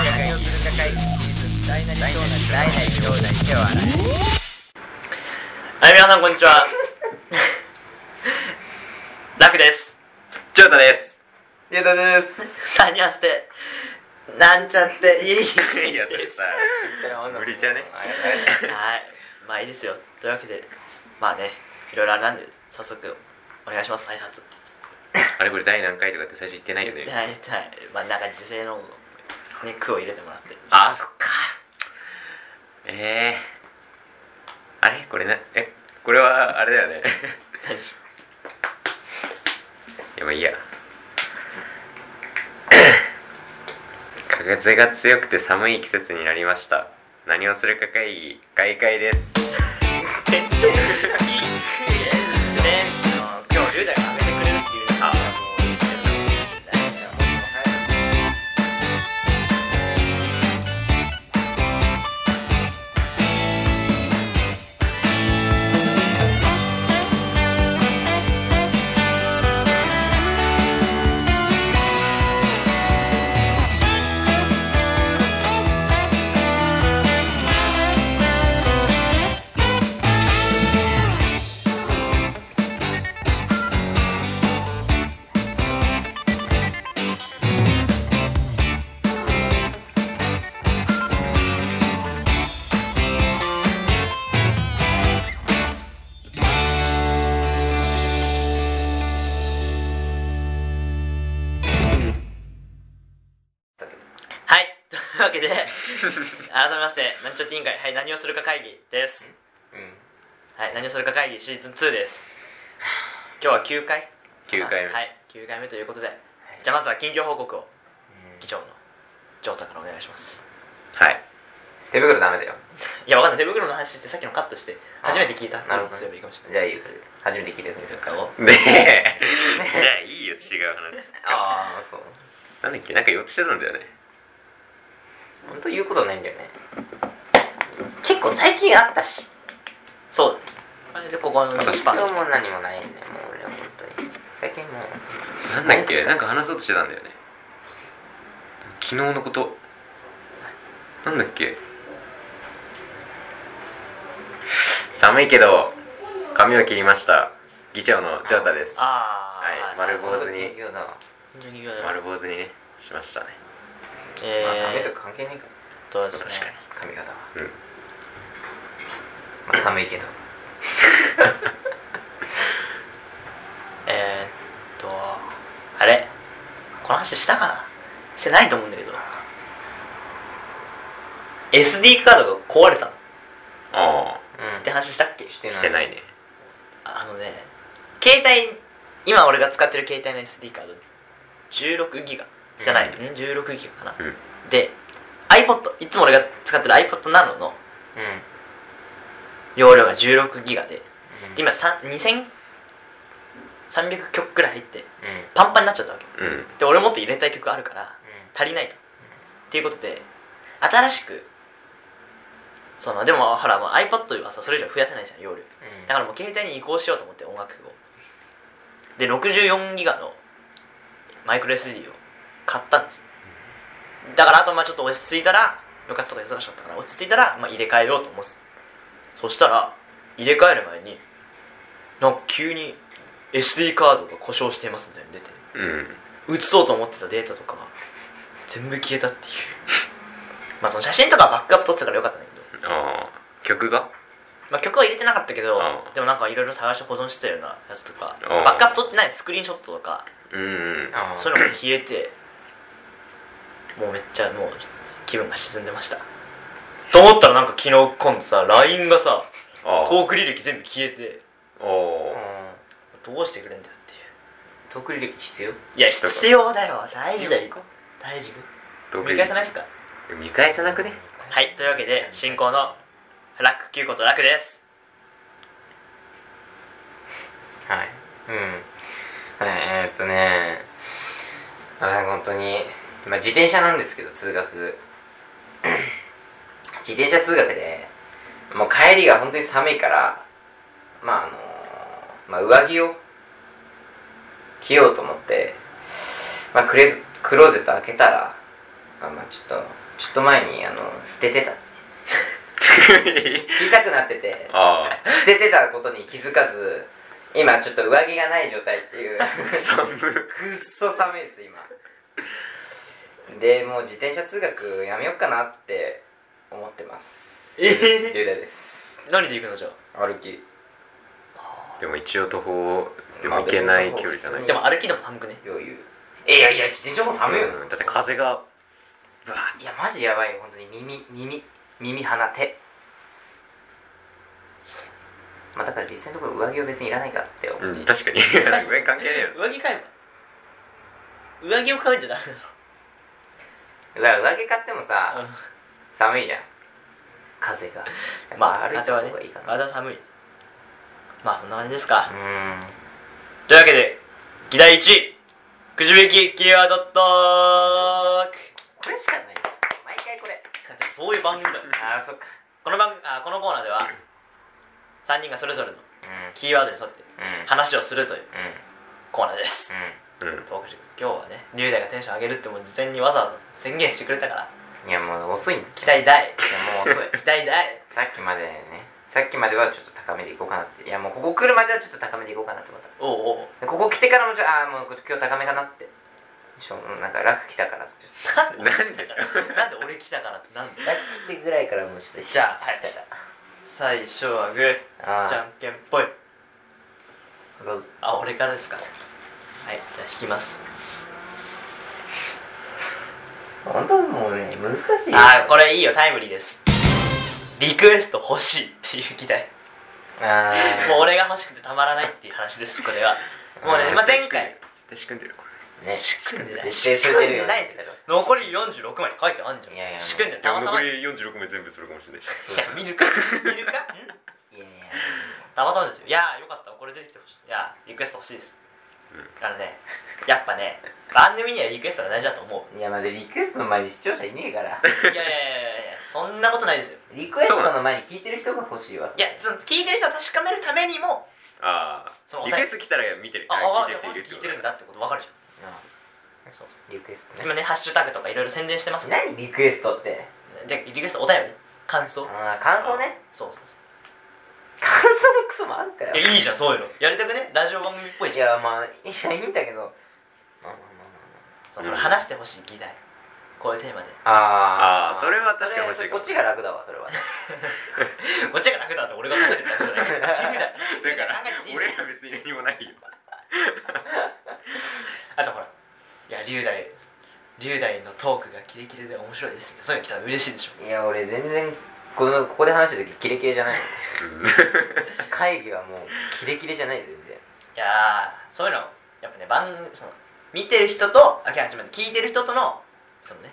回シーズン大なり小なり大なり小なりではないはい、皆さんこんにちは。楽です。ジョータです。ゆうたです。サニアステ。なんちゃって、いいいいやつでさ。無理じゃねはい。まあいいですよ。というわけで、まあね、いろいろあれなんで、早速、お願いします、挨拶。あれこれ第何回とかって最初言ってないよ言ってね。ない、言ってない。まあなんか時勢の、ね、句を入れてもらって。あー、そっか。えー。あれこれな、え、これはあれだよね。何 いや、まあいいや。 風が強くて寒い季節になりました。何をするか会議、開会です。店長、いい店長、今日、龍太が上げてくれるっていうのが、あもういいですよ何ですよはい、というわけで、改めまして、なんちゃって委員会、はい、何をするか会議です。うん。はい、何をするか会議シーズン2です。今日は9回9回目。はい、9回目ということで、じゃあまずは近況報告をうん議長の城太からお願いします。はい。手袋ダメだよ。いや、わかんない、手袋の話ってさっきのカットして、初めて聞いたなるほどねすればいいかもしれない。じゃあいいよそれで初めて聞いたやつにするからお ねえ。じゃあいいよ、違う話。ああそうなんだっけ、なんか言おうとしてたんだよね。本当言うことないんだよね結構最近あったしそう。あれで、ここの私ス今パ日ン。も何もないんだよもう俺は本当に最近もうなんだっけ、なんか話そうとしてたんだよね。昨日のこと。なんだっけ。寒いけど、髪を切りました。議長のジョータです。あー、はい丸坊主に本当言うな本当に言うよね丸坊主にね、しましたね。えまあ寒いーと、か関係ないからそうですね。髪型は、うん。まあ、寒いけどえー、っと、あれこの話したかなしてないと思うんだけど。SD カードが壊れたっあうんて話したっけしあ、してないね。あのね、携帯、今俺が使ってる携帯の SD カード、16ギガじゃない、ん、うん16ギガかな。うん。で、iPod、いつも俺が使ってる iPod Nano のうん、容量が16ギガで、うん、で今さん2300曲くらい入って、うんうんパンパンになっちゃったわけ。うん。で、俺もっと入れたい曲あるから、足りないと。っていうことで、新しく、その、でもほら、もう iPod はさ、それ以上増やせないじゃん、容量。うんだからもう携帯に移行しようと思って音楽をで64ギガのマイクロ SD を買ったんですよだからあとまあちょっと落ち着いたら部活とか忙しかったから落ち着いたらまあ入れ替えようと思ってそしたら入れ替える前になんか急に SD カードが故障していますみたいに出てうん。移そうと思ってたデータとかが全部消えたっていう まあその写真とかはバックアップ取ってたからよかったんだけどああ、曲がまあ、曲は入れてなかったけど、うんでもなんかいろいろ探して保存してたようなやつとか、うんバックアップ取ってないスクリーンショットとか、うんうん。ああそういうのも消えてもうめっちゃもう気分が沈んでましたと思ったらなんか昨日今度さ LINE がさああ。トーク履歴全部消えておーうんどうしてくれんだよっていう特履歴必要いや必要だよ大事だよ大事トーク見返さないですか見返さ なくねはいというわけで進行のラック9個とラックですはい。うん。はい、えーっとね、あ本当に、まあ、自転車なんですけど、通学。 自転車通学で、もう帰りが本当に寒いから、まあ、あの、まあ、上着を着ようと思って、まあ、クレズクローゼット開けたら、まあ、まあちょっとちょっと前にあの捨ててたって小さくなっててああ捨ててたことに気づかず今ちょっと上着がない状態っていう寒いくっそ寒いです今でもう自転車通学やめようかなって思ってますえゆうだです何で行くのじゃあ歩きでも一応徒歩でも行けない距離じゃないでも歩きでも寒くね余裕えいやいや自転車も寒いよ、うんだって風がブワーいやマジやばいよ本当に耳耳耳鼻手まあだから実際のところ上着は別にいらないかって思って、うん、確かに上関係ねえよ上着買えば上着を買うんじゃダメなのだから上着買ってもさ、寒いじゃん風 がまあ、歩い風たはね方がいいか、な風は寒い。まあ、そんな感じですか。うんというわけで、議題1、くじ引きキーワードトークこれしかないじゃん毎回これそういう番組だよ。ああそっかこの番あ、このコーナーでは、3人がそれぞれのうんうんキーワードに沿ってうん話をするというコーナーです。うんトークして今日はね、龍大がテンション上げるってもう事前にわざわざ宣言してくれたから、うんいやもう遅いんだ期待大。いやもう遅い期待大。さっきまでねさっきまではちょっと高めでいこうかなっていやもうここ来るまではちょっと高めでいこうかなって思ったおうおう。でここ来てからもちょああもう今日高めかなってしょうんなんか楽来たからちょっなんで俺来たから、なんで俺来たからってなんでと楽来てぐらいからもうちょっとじゃあはい最初はグー、あーじゃんけんぽい。どうぞあ、俺からですか。はい、じゃあ引きます。本当もうね難しいあー、これいいよ、タイムリーです。リクエスト欲しいっていう議題。あーもう俺が欲しくてたまらないっていう話です、これは。もうね、まあ、前回、絶対仕組んでるこね仕組んでない。絶仕対組そんれ出るでよないですよ。残り46枚って書いてあんじゃん。いやいや仕組んでれたまたま。いや、り46名全部するかもしれないし見るか、見るか。んいやいやたまたまですよ。いやー、よかった、これ出てきてほしい。いやー、リクエスト欲しいです。うんあのね、やっぱね、番組にはリクエストが大事だと思う。いやまあでリクエストの前に視聴者いねえかいらやいやいやいや、そんなことないですよ。リクエストの前に聞いてる人が欲しいわいや、その聞いてる人を確かめるためにも、 あそのあリクエスト来たら見てるあ、あ、聞いこのてる人人聞いいてるんるってこだってことわかるじゃん。そううんリクエストね今ね、ハッシュタグとかいろいろ宣伝してますね。何リクエストってで、リクエストお便り感想あー感想ねそうそうそ感想もクソもあるかよう。いや、いいじゃん、そういうの。やりたくねラジオ番組っぽいいじゃん。やまあいやいいんだけどまあまあまそうこれ話してほしい議題。こういうテーマで。あまあああーそれは確かに欲しいそれかこもっちが楽だわそれはこっちが楽だって俺が考えてるだけじゃないから。君だ。だから考えていいじゃん俺ら別に何もない よあとほら、いや、龍大、龍大のトークがキレキレで面白いですみたいな、そういうの来たら嬉しいでしょ。いや俺全然このここで話した時キレキレじゃない会議はもうキレキレじゃない全然いやー、そういうの、やっぱね、番その見てる人と、あ、違う、違う、聞いてる人との、そのね、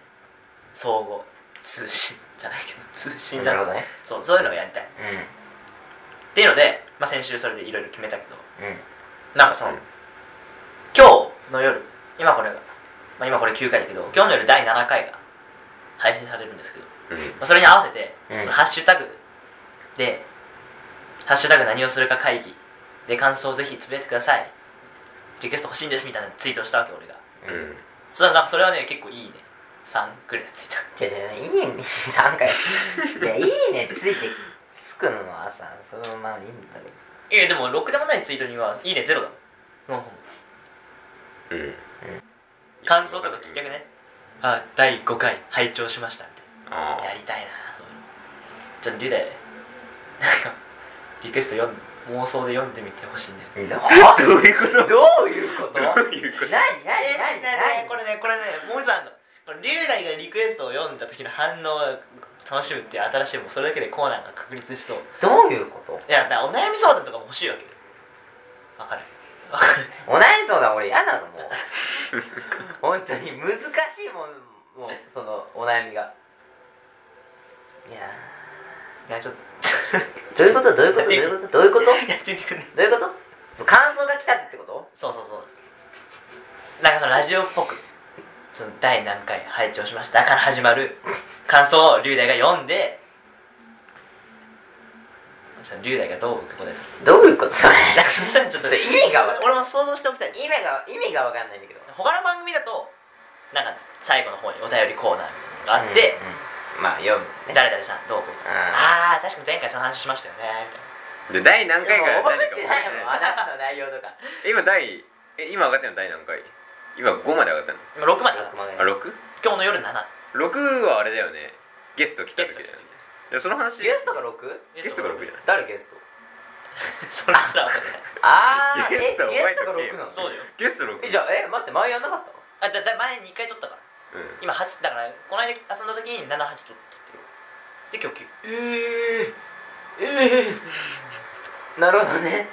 相互通信じゃないけど、通信じゃなるなほどねそう、そういうのをやりたい。っうていうので、まあ、先週それでいろいろ決めたけど、んうんなんかその、うん今日の夜、今これが、まあ、今これ9回だけど、今日の夜第7回が配信されるんですけど、まあ、それに合わせて、うんそのハッシュタグで「ハッシュタグ何をするか会議」で感想をぜひつぶやいてくださいリクエスト欲しいんですみたいなツイートをしたわけ俺がうんうんそしたらなんかそれはね結構いいね3くらいついたじゃじゃいいねなんかいやいいねついてつくのはさそのままいいんだけどいやでもろくでもないツイートにはいいねゼロだもんそもそもうん感想とか聞きたくねあ第5回拝聴しましたみたいあなやありたいなそういうのちょっとリュウダイなんかリクエスト読ん妄想で読んでみてほしいんだよね どういうこと どういうこどとういうこと何何え何ね何これねこれねモミさんのこれ龍大がリクエストを読んだ時の反応を楽しむっていう新しいもうそれだけでコーナーが確立しそうどういうこといやだからお悩み相談とかも欲しいわけよわかるわかるお悩み相談俺嫌なのもう 本当に難しいもんもうそのお悩みがいやいやちょっとーどういうことどういうことどういうことどういうことどやってみてくれういうことそう感想が来たってことそうそうそうなんかそのラジオっぽくその第何回拝聴しましたから始まる感想を龍大が読んでその龍大がどう僕答えするどういうことそれなんかそしたらちょっとそれ意味がわかん俺ないも想像しておきたい意味が意味がわかんないんだけど他の番組だとなんか最後の方にお便りコーナーみたいなのがあって、うんうんまあ読むね誰々さんどうこうとうんああ確かに前回その話しましたよねみたいなで第何回でかも何か覚覚えてないえてもんない話の内容とか今第え今上がってるの第何回今5まで上がったの今6まで六まであ 6?6 今日の夜7はあれだよねゲスト来たゲス時トだ来たよ時です ねいやその話ゲストが 6? ゲストが6じゃない誰ゲストそれすら分かんないあーゲスえトゲ覚えとストけがよ6なのそうだよゲスト6えじゃあえ待って前やんなかったあだだ前2回撮ったからうん今8だからこの間遊んだ時に78撮ってで今日9ええええなるほどね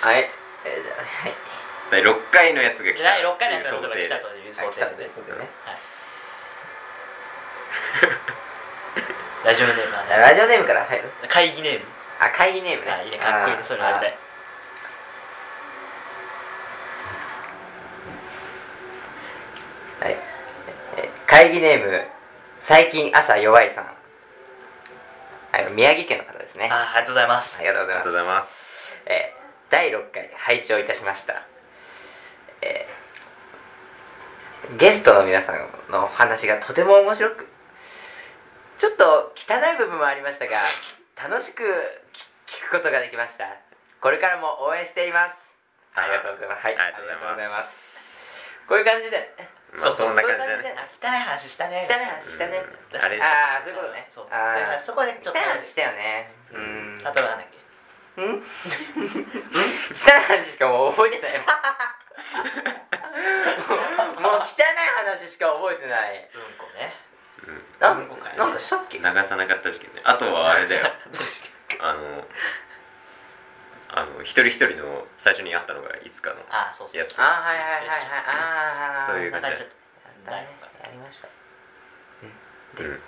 はいえじゃあはい第6回のやつが来た第6回のやつが来たという想はい定来たで、ねそうだよねはい、ラジオネームはねラジオネームから入る会議ネームあ会議ネームねあいいねかっこいいねそれやりたいあはいえ会議ネーム最近朝弱いさんはい宮城県の方ですねあーありがとうございますありがとうごありがとざいますうございますえー第6回拝聴いたしました、えーゲストの皆さんのお話がとても面白くちょっと汚い部分もありましたが楽しくき聞くことができましたこれからも応援していますありがとうございます、はい、ありがとうございますすこういう感じでまあそんな感じだそうそうそういう感じだねねあ汚い話したね汚い話したね、うんあれああそういうことねそうそうあーそこでちょっと汚い話したよね例えうんばなんだっけんん汚い話しかもう覚えてない もんもう汚い話しか覚えてないうんこ ねうなんうんこかいなんだしたっけん流さなかった事件ねあとはあれ だよあのあの一人一人の最初にあったのがいつかのあーそうそうやそうつあはいはいはいはいああそういうこんな感感じじだだったなやいっのかたねやりましたうんい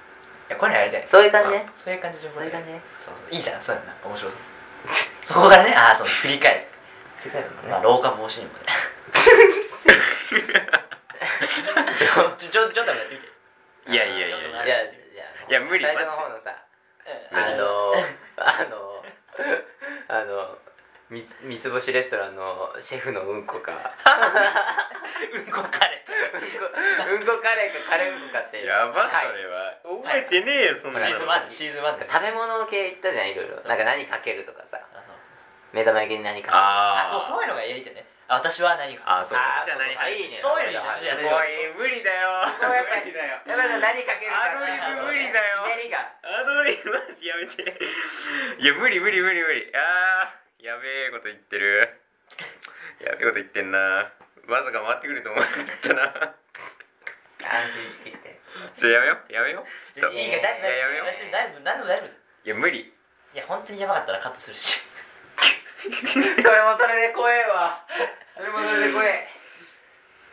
やこういうのやりたいそういう感じねそういう感じでそういう感じねそうそういいじゃんそうやんな面白そうそこからねああそう振り返る振り返るのねまあ老化防止にも ねちょちょちょっとやってみていやいやいやちょっといなやじゃあじゃあいや無理最初の方のさうんあのあのあのみ三つ星レストランのシェフのうんこうかんこカレーうんこうんこカレーかカレーうんこかっていうやばはそいれは覚えてねえよそんなシーズンの1シーズン1で食べ物系行ったじゃんいろいろなんか何かけるとかさあそうそうそう目玉焼きに何かけるあそうそあーういうのがやりたいねあ私は何があそうあーじゃあ何そうそういいねそういうのいいねそちょっとやっおれはいいい無理だよもうやっぱ無り理だよやっぱり何かけるかアドリブ無理だよひねりアドリブマジやめていやが無理無理無理無理あーやべえこと言ってるやべえこと言ってんなまさか回ってくると思わなかったな安心しきってちょやめようやめようちょっいといから大丈夫大丈夫いややめよう大丈夫何でも大丈夫いや無理いや本当にやばかったらカットするし それもそれで怖えわそれもそれで怖え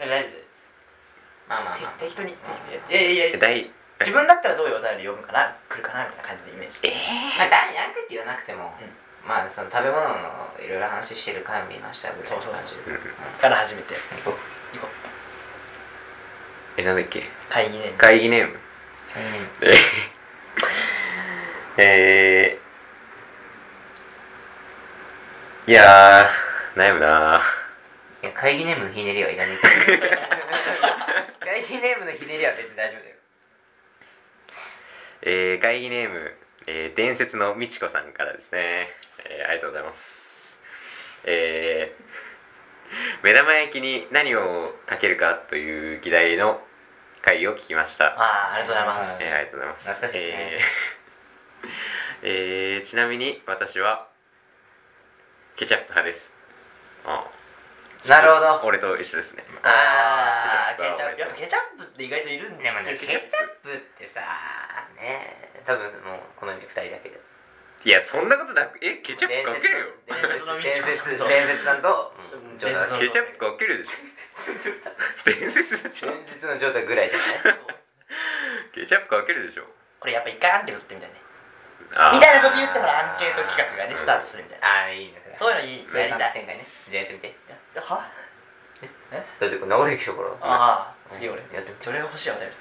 大丈夫まあま適当に適当にいやいやいや第自分だったらどういうお便り読むかな来るかなみたいな感じでイメージしてまあ誰に何かって言わなくてもうんまあその食べ物のいろいろ話してる回を見ましたぐらいのそうそうそう感じですうんから始めてうん行こうえなんだっけ会議ね会議ネームえーえーいやー悩むないや会議ネームのひねりはい らない会議ネームのひねりは別に大丈夫だよえー会議ネーム、えー伝説のみちこさんからですね、えーありがとうございますえー目玉焼きに何をかけるかという議題の会議を聞きましたああありがとうございますえーありがとうございます懐かしいねえーえーちなみに私はケチャップ派ですあなるほど俺と一緒ですねああケチケチャッャッププやっぱケチャップって意外といるんだでもよね、ケチャップってさ、ねえ、多分もうこの世に2人だけで。いやそんなことなくえケチャップかけるよ伝説の伝伝説の説道伝説さんと、うんジョータだケチャップかけるで しょ伝説でしけょ伝説のジョータぐらいだね。ケチャップかけるでしょこれやっぱ一回アンケート取ってみたいねあーみたいなこと言ってほらアンケート企画がねうんスタートするみたいなああ、いいね、それ。そうういうのいいそうやいうり感たい展開ね。じゃあやってみて。やはえだってこれ流れてきたから。ああ次俺やってみてそれ欲しいお便り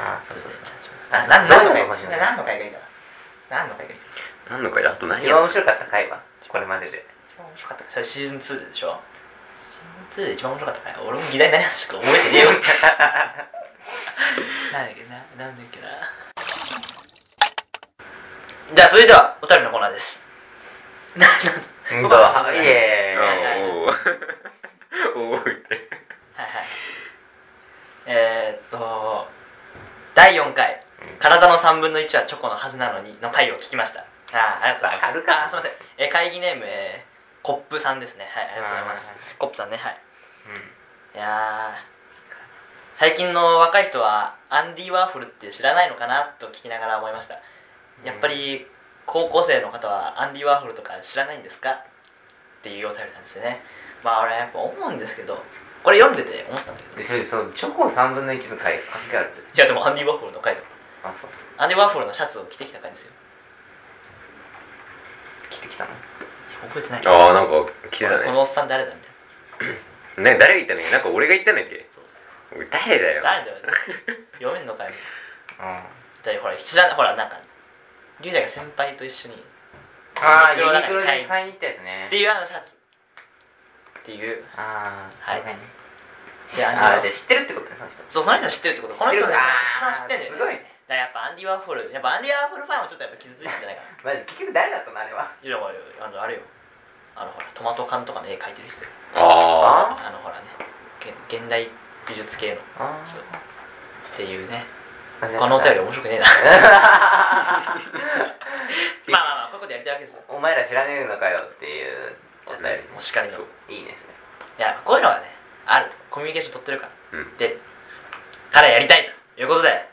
ああそうそうそうそう。あ何何の何回のが回欲しいの何の回がいいかな何の回がいいか何の回だあと何一番や面白かった回は、これまでで。一番面白かった回それシーズン2でしょシーズン2で一番面白かった回俺も議題になりましたか覚えてねえよなんだっけな、なんだっけな。じゃあ、続いては、お便りのコーナーです。なんなんうん僕と、ははい話せいないえいえはいおー おー ってはいはい。えーっと、第4回、体の3分の1はチョコのはずなのにの回を聞きました。あーありがとうございます。わかるあかーすいません。えー会議ネーム、えーコップさんですね。はい、ありがとうございますはいはい。コップさんね、はい。ういやー最近の若い人はアンディ・ワーホルって知らないのかなと聞きながら思いましたやっぱり高校生の方はアンディ・ワーホルとか知らないんですかっていうお便りなんですよねまあ俺はやっぱ思うんですけどこれ読んでて思ったんだけどんでそれそのチョコ3分の1の回関係あるんですよいやでもアンディ・ワーホルの回だあそうアンディ・ワーホルのシャツを着てきた回ですよ来てきたの覚えてないああなんか来てたこねのおっさん誰だみたいね誰が言ったのっけなんか俺が言ったんだっけそうおい誰だよな誰だよ読めんのかようんあだってほら知らないほらなんか龍大が先輩と一緒にあーユユニニククロロでで買いに行ったやつねっていうあのシャツっていうああはいねでアンディあワーホーじゃあル知ってるってことねその人そうその人は知ってるってことこの人はねその人は知ってるんだよすごいねだからやっぱアンディ・ワーホルやっぱアンディ・ワーホルファンはちょっとやっぱ傷ついたんじゃないか なまず結局誰だったのあれはいやだからあのあれよあのほらトマト缶とかの絵描いてる人よああのほらね現現代美術系のあ人っていうねあこのお便り面白くねえな まあまあまあこういうことやりたいわけですよお前ら知らねえのかよっていうお便もうしかりのそうりいいですねいやこういうのはねあるとコミュニケーション取ってるからあうんでからやりたいということで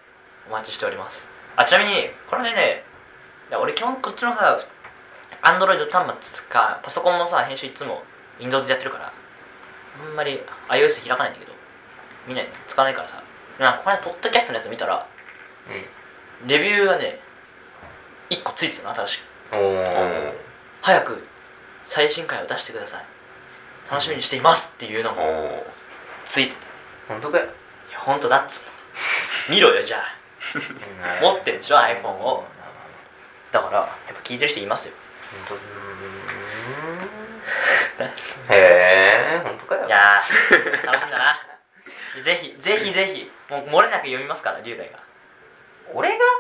お待ちしておりますあちなみにこれねいや俺基本こっちのさアンドロイド端末かパソコンもさ編集いつも Windows でやってるからあんまり iOS 開かないんだけどみんな使わないからさなんかこの間ポッドキャストのやつ見たらレビューがね1個ついてたの新しくうんおお早く最新回を出してください楽しみにしていますっていうのおもーついてたい本当かよや本当だっつった見ろよじゃあ持ってんでしょ iPhone をだからやっぱ聞いてる人い ますよへえ本当かよいやー楽しみだなぜひぜひぜひもう漏れなく読みますから龍大が俺が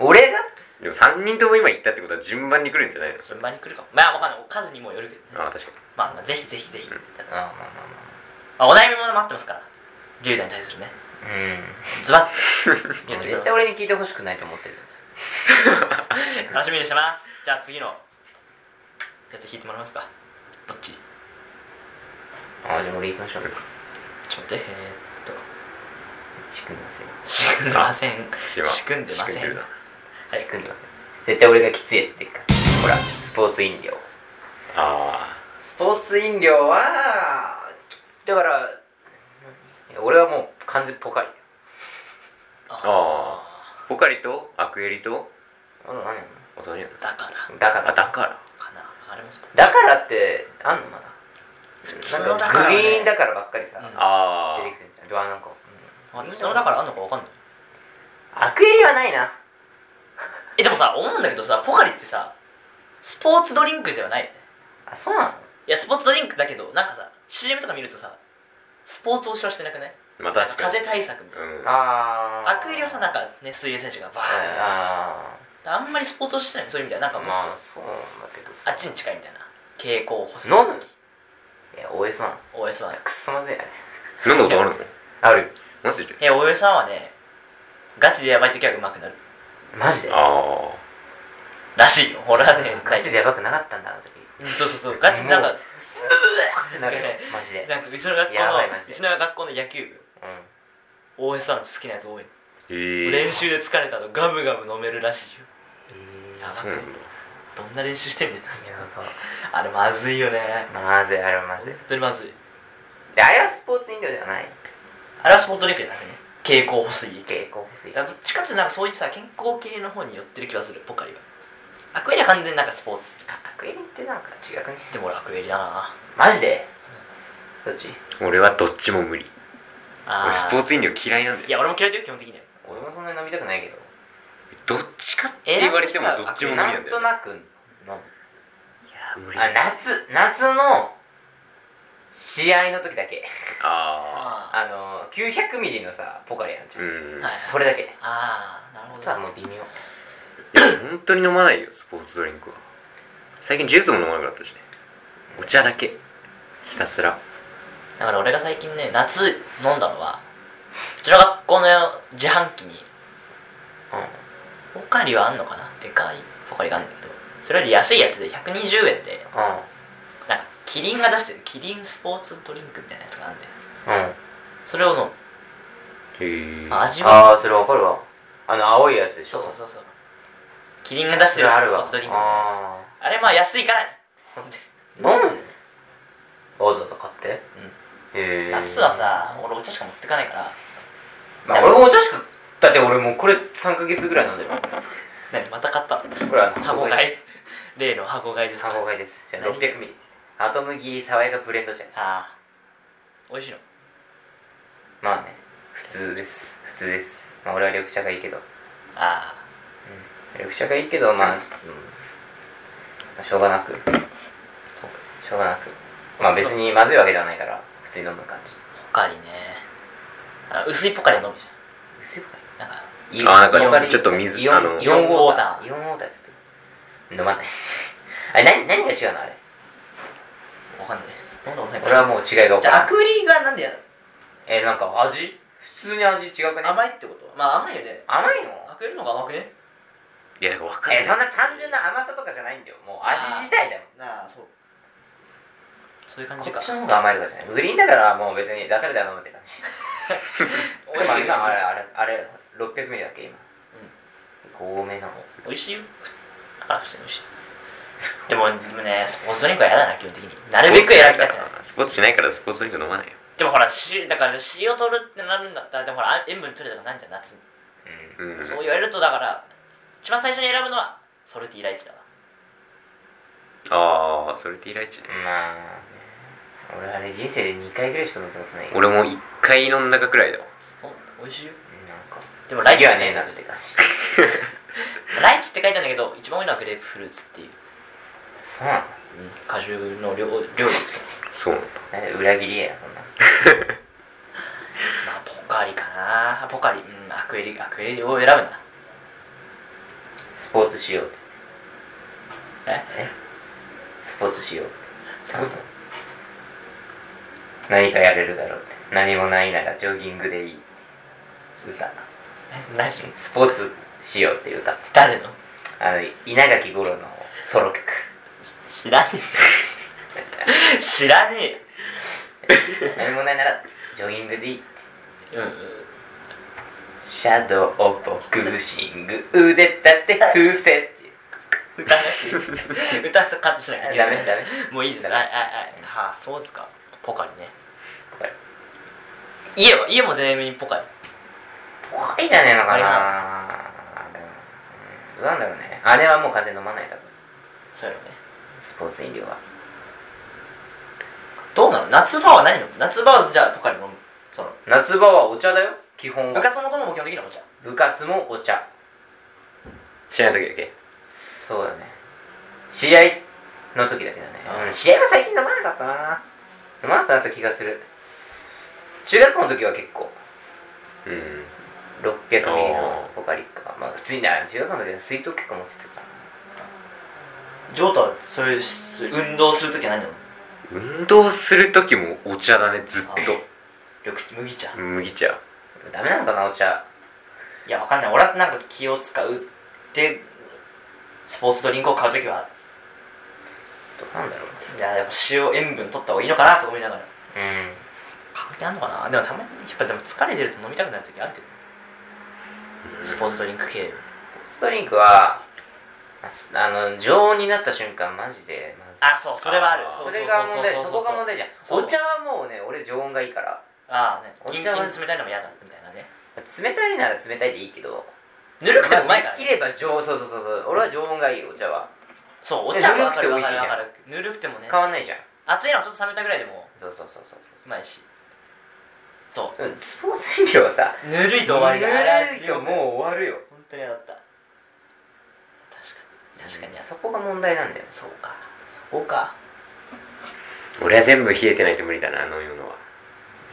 俺がでも3人とも今言ったってことは順番に来るんじゃないの順番に来るかもまあわかんない数にもよるけどねああ確かまあまあぜひぜひぜひ、うんあまあままあ、あお悩みも待ってますから龍大に対するねまあうんズバ ッと言ってくださ絶対い俺に聞いてほしくないと思ってる 楽しみにしてますじゃあ次のやつ弾いてもらえますかどっちああじゃあ俺行きましょうちょっと待ってえー、っと仕組んでますよ仕組んでませんに仕組んでません仕組でるなはい仕組んでますよ絶対俺がきついやつっていうかほらスポーツ飲料あスポーツ飲料はだから俺はもう完全ポカリあああポカリとアクエリとあと何やおとにだからのだかあらだからかなありますかだからってあんのまだ通なのんだかからはグねリーンだからばっかりさ、うんあ出てきてんじゃんであなんか、うんあ普通のだからあんのかわかんないアクエリはないなえでもさ思うんだけどさポカリってさスポーツドリンクではないよねあそうなのいやスポーツドリンクだけどなんかさ CM とか見るとさスポーツ推しはしてなくないあまた確か風に邪対策みたいな、うんあーアクエリはさなんかね水泳選手がバーンみたいなああんまりスポーツ推ししてないそういう意味ではなんーかもっと、まあそうなんだけどあっちに近いみたいな蛍光補飲むいや OS1 OS1 くっそまずいあれ飲んだことあるのあるマジでえ OS1 はねガチでやばい時はうまくなるマジであらしいよ俺はねガチでやばくなかったんだあの時うんそうそうそうガチでなんかもうって なるよマジでなんかうちの学校やばいのマジでうちの学校の野球部うん OS1 の好きなやつ多いあへえ練習で疲れたとガブガブ飲めるらしいよえやばそうくねなんだどんな練習してんねんーやば あれまずいよねまずいあれはまずい本当にまずいであれはスポーツ飲料ではないあれはスポーツドリンクじゃなくてね蛍光補水系蛍光水だからどっちかっていうとなんかそういうさ健康系の方に寄ってる気がするポカリはアクエリは完全になんかスポーツアクエリってなんか違くねでも俺アクエリだなマジでどっち俺はどっちも無理俺あスポーツ飲料嫌いなんだいやよ俺も嫌いだよ基本的には俺もそんなに飲みたくないけどどっちかって言われてもどっちも無理ななんんだよといやなく飲む無理あ夏夏の試合の時だけあああの900ミリのさポカリあるじあゃ、うんん、はいそれだけああなるあほとはどもう微妙いや本当に飲まないよスポーツドリンクは最近ジュースも飲まなくなったしねお茶だけひたすらだから俺が最近ね夏飲んだのはうちの学校の自販機にポカリはあんのかなでかいポカリがあんだけどそれより安いやつで120円でうなんかキリンが出してるキリンスポーツドリンクみたいなやつがあんだよんうんうんそれを飲むへえまあ味はああそれわかるわあの青いやつでしそょうそうそうそうキリンが出しそてれるスあるポわーツドリンクみたいなやあつあれまあ安いから飲んでー飲むのわざわざ買ってる、うへえん、夏はさ俺お茶しか持ってかないからまあ俺もお茶しかだって俺もうこれ3ヶ月ぐらい飲んでる何また買ったこれはあの箱買い 例の箱買いですか箱買いですじゃあ何600ミリ後麦爽やかブレンドじゃんああ美味しいのまあね普通です普通ですまあ俺は緑茶がいいけど、うん、あ緑茶がいいけどまあ、うんまあしょうがなあくそうかしょうがなくまあ別にまずいわけではないから普通に飲む感じポカリねあの薄いポカリ飲むじ薄いかゃんなんかいあなんかイオンバリちょっと水イオンあのイオンウォーター。イイオンウォーターです。飲まない。 あれ、何、何が違うのあれ。わかんない飲んだことないか俺はらもう違いが分じかゃあらアん。クリがなんでやるえー、なんか味普通に味違うくね甘いってことまあ甘いよね甘いのアクリの方が甘くねいやなんかわかんないえー、そんな単純な甘さとかじゃないんだよ。もう味自体だもん。なあそうそういう感こじかっ ちの方が甘いとかじゃない。グリーンだからもう別に出されたら飲むって感じ。美味しいまあ今あれ、あれ、あれ、600ミリだっけ今。う多めなの。ん美味しいよだから普通に美味しいでもでもねスポーツドリンクは嫌だな基本的になるべく選びたくないスポーツしないからスポーツドリンク飲まないよでもほらしだから塩取るってなるんだったらでもほら塩分取るとかなんじゃん夏に、うん。うんそう言われるとだから一番最初に選ぶのはソルティライチだわああそれってイライチねまあ、俺あれ人生で2回ぐらいしか飲んだことないから。俺も一回飲んだかくらいだわそう美味しいよなんか。でもライチっ次て書いはねてえなあるっんてで感じ。ライチって書いてあるんだけど一番多いのはグレープフルーツっていう、そうなの果汁の量量力と、そう なんだなんか裏切りやな、そんな。まあ、ポカリかなポカリうんアクエリアクエリを選ぶなスポーツしようって。ええスポーツしようって。何かやれるだろうって。何もないならジョギングでいい。歌。え何スポーツしようっていう歌。誰のあの、稲垣吾郎のソロ曲。知らねえ知らねえよ何もないならジョギングでいい。うんシャドウボクシング腕立て風船っていう。歌 わなくていい歌わせカットしなきゃいけないダメダメもういいですダあメああはあそうですかポカリねこれ。家は家も全員ポカリ怖いじゃねえのかあれななでもうんどうなんだろうねあれはもう完全に飲まない多分そういうのねスポーツ飲料はどうなの夏場は何飲む夏場はじゃあポカリ飲むその夏場はお茶だよ基部本は活の友も基本的にはお茶部活もお茶しない時だけそうだね試合の時だけだね、うん、試合は最近飲まなかったな飲まなくなった気がする中学校の時は結構うん600ミリのポカリかまあ普通にだ中学校の時は水筒結構持ってたからジョータはそういうそういう運動するときは何飲む運動する時もお茶だねずっと緑麦茶、麦茶ダメなのかなお茶いやわかんない俺はなんか気を使うってスポーツドリンクを買うときはどうなんだろうねいややっぱ塩塩分取った方がいいのかなと思いながらうん関係あんのかなでもたまにやっぱでも疲れてると飲みたくなる時あるけどねスポーツドリンク系ストリンクはあの常温になった瞬間マジでまずいあそうそれはあるあーうそうれうが問題うそこが問題じゃんそうお茶はもうね俺常温がいいからああねお茶キンキはン冷たいのも嫌だみたいなね冷たいなら冷たいでいいけどぬるくてもうまいから、でねきれば常温そうそうそうそう俺は常温がいいお茶はそうおね茶もわかるぬわるくかるて美わかるぬる味しいじゃんくてもね変わんないじゃん熱いのはちょっと冷めたぐらいでもそうそうそうそうそうまいしそううスポーツ飲料はさぬるいと終わりだあれぬるいともう終わるよ本当に嫌だった確かに確かにあそそこが問題なんだよそうかそこか俺は全部冷えてないと無理だな飲み物は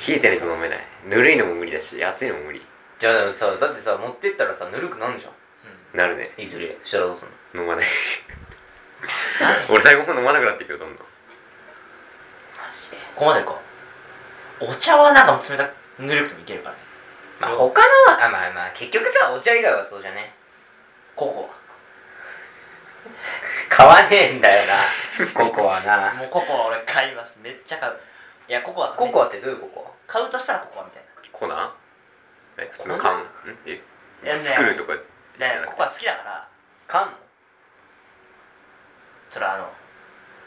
冷えてないと飲めないぬるいのも無理だし熱いのも無理じゃあでもさだってさ持ってったらさぬるくなんじゃんなるねいずれしたらどうすんの飲まない俺最後も飲まなくなってくるどんどんそこまでかお茶はなんか冷たくぬるくてもいけるからねまあ他のはあまあまあ結局さお茶以外はそうじゃねココ買わねえんだよ なココはアなもうココア俺買いますめっちゃ買ういやココアココアアってどういうココ買うとしたらココアみたいな粉え普通の缶んえいやね作るとかじゃでなくコてコア好きだからア缶それはあの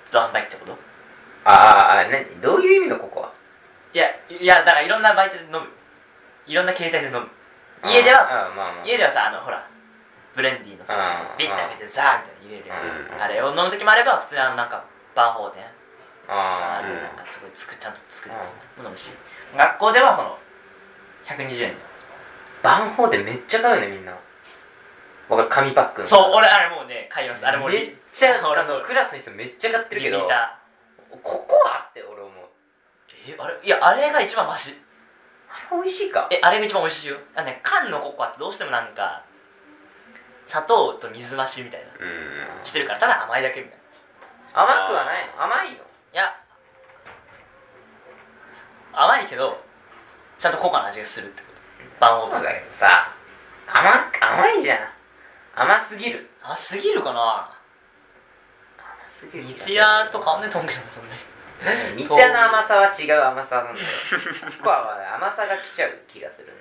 自動販売機ってことあーあー何どういう意味のココアいやいやだからいろんな媒体で飲むいろんな携帯で飲むあー家ではあーまあまあ家ではさあのほらブレンディーのさあービッて開けてザーみたいに入れるやつうんあれを飲む時もあれば普通にあのなんか万宝店ああるーなんかすごいつくちゃんと作るやつうも飲むし学校ではその120円バンホーでめっちゃ買うよねみんなわかる紙パッのクのそう俺あれもうね買いますあれもうめっちゃ俺あものクラスの人めっちゃ買ってリるピけーどタココアって俺思うーえあれいやあれが一番マシあれ美味しいかえあれが一番美味しいよあのね缶のココアってどうしてもなんか砂糖と水増しみたいなうんしてるからただ甘いだけみたいない甘くはないの甘いのや甘いけどちゃんとココアの味がするってこと万王そとうかだけどさ甘く甘いじゃん甘すぎる甘すぎるかな甘すぎる三ツ矢と変わんねえと思うけどそんなに 三ツ矢の甘さは違う甘さ なんだよココアはね甘さが来ちゃう気がするんだよ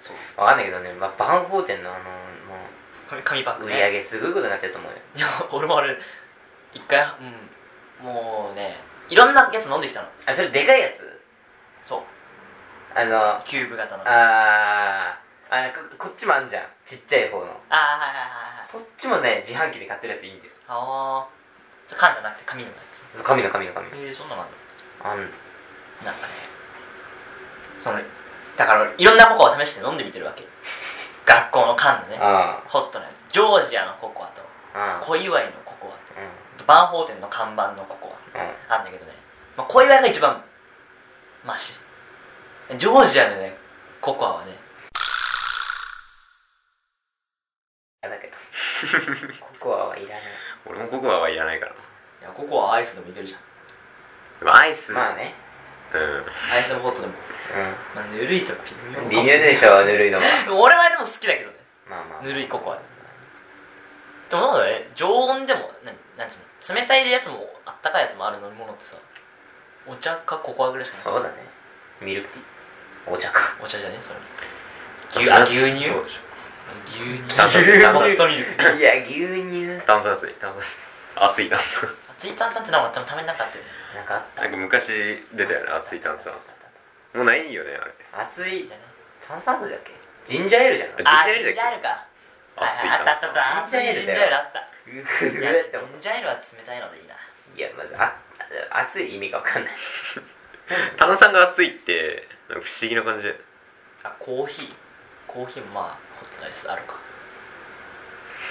そう分かんないけどね、まあ、バンホーテンのあのも紙紙パッうク売ねり上げすごいことになってると思うよいや俺もあれ一回うんもうねいろんなやつ飲んできたのあそれでかいやつそうあのキューブ型のああーあここっちもあんじゃんちっちゃい方のあーはいはいはいはいそっちもね自販機で買ってるやついいんだよああ缶じゃなくて紙のやつ紙の紙の紙のえー、そんなのあんのあんなんかねそのだからいろんなココアを試して飲んでみてるわけ 学校の缶のねあホットなやつジョージアのココアとあ小祝のココアとうんうんあとバンホーテンの看板のココうんアあんだけどね、まあ、小祝が一番マシジョージアのねココアはねだけどココアはいらない俺もココアはいらないからないやココアはアイスでもいけるじゃんでもアイスまあねうんアイスでもホットでも、まあ、ぬるいと微妙かうんも微妙でしょぬるいのは 俺はでも好きだけどねまあまあぬるいココアでもなんだろうね常温でも何なんつうの冷たいやつもあったかいやつもある飲み物ってさお茶かココアぐらいしかないそうだねミルクティーお茶かお茶じゃねえそれそれは牛牛乳そうでし牛乳炭酸水炭酸ホ水ットミルクいや牛乳ょ炭酸水炭酸水熱い炭酸熱い炭酸ってなんかたまになんかあったよねなんかあったなんか昔出たよね熱い炭酸もうないよねあれ熱いいいじゃない炭酸水だっけジンジャーエールじゃんジンジャーエールだっあジンけジャーエールかはいはいあったあったあった熱熱いいジンジャーエールあったういふやふって思っジンジャーエールは冷たいのでいいなたいやまずああ熱い意味がわかんない 炭酸が熱いってなんか不思議な感じであコーヒーコーヒーもまあホットアイスあるか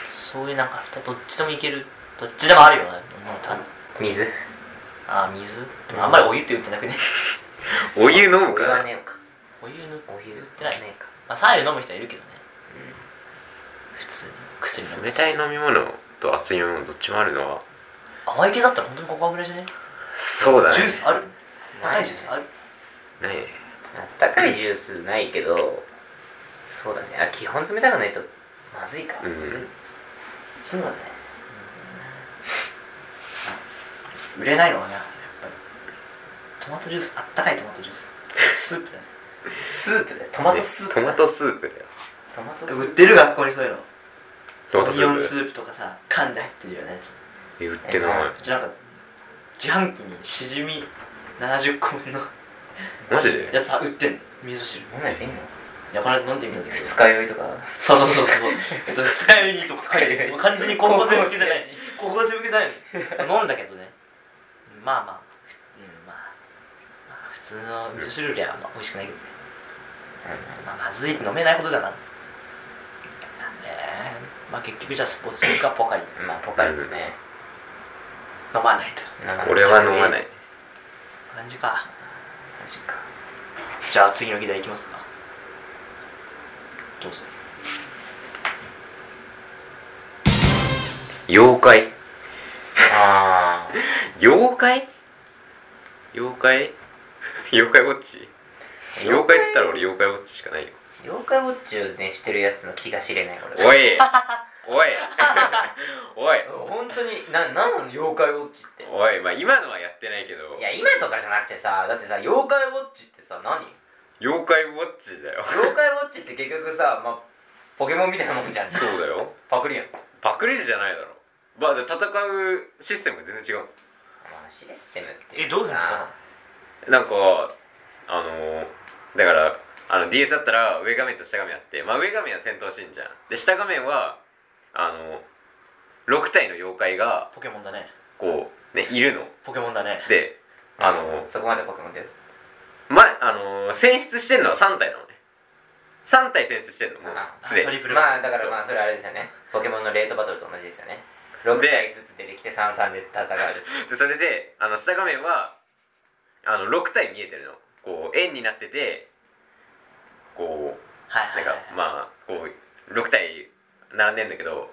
そういうなんかどっちでもいけるどっちでもあるようなものとある水あ水でもあんまりお湯って言ってなくねお湯飲むおか湯らはねえのか お湯塗ってお湯塗ってないねえかまあ左右飲む人はいるけどねう普通に薬飲む冷たい飲み物と熱い飲み物どっちもあるのは甘い系だったら本当にココアぐらいじゃねそうだねジュースあるな高いいジュースあるないねんあったかいジュースないけどそうだねあ基本冷たくないとまずいかうんそうだね売れないのはねやっぱりトマトジュースあったかいトマトジュー ススープだねスープだよトマトスープトマトスープだよトマトスープ売ってる学校にそういうのトマトスオニオンスーーププとかさ缶で入ってるようなやつえ売ってないじゃなんか自販機にしじみ70個分のマジでやつ売ってんの味噌汁飲むやついんのいやこれ飲んでみたんだけど二日酔いとかそうそうそうそうえっと二日酔いとか書いてるもう完全に高校生向けじゃない高校生向けじゃない飲んだけどねまあまあうんまあまあ普通の味噌汁よりはまあ美味しくないけどね、まあ、まずいって飲めないことだなえーまあ結局じゃあスポーツドリンクはポカリだまあポカリですね、飲まないと俺は飲まない感じかマジかじゃあ次の議題いきますかどうぞ妖怪あー妖怪妖怪妖怪ウォッチ妖怪って言ったら俺妖怪ウォッチしかないよ妖怪ウォッチをねしてるやつの気が知れない俺おいお いおい本当にななんなの妖怪ウォッチっておいまあ今のはやってないけどいや今とかじゃなくてさだってさ妖怪ウォッチってさ何妖怪ウォッチだよ妖怪ウォッチって結局さ、まあ、ポケモンみたいなもんじゃんそうだよパクリやんパクリじゃないだろまあで戦うシステムが全然違うまあシステムってえどういうふうに来たのなんかあのーだからあの DS だったら上画面と下画面あって、まあ、上画面は戦闘シーンじゃんで下画面はあの6体の妖怪がポケモンだねこう、ね、いるのポケモンだねであのそこまでポケモンってま、あのー選出してんのは3体なのね3体選出してんのもうあすでトにリプルまあだからまあそれあれですよねポケモンのレートバトルと同じですよね6体ずつ出てきて33で戦うでそれであの下画面はあの6体見えてるのこう円になっててこうはいはなんいはかい、まあこう6体並んでんだけど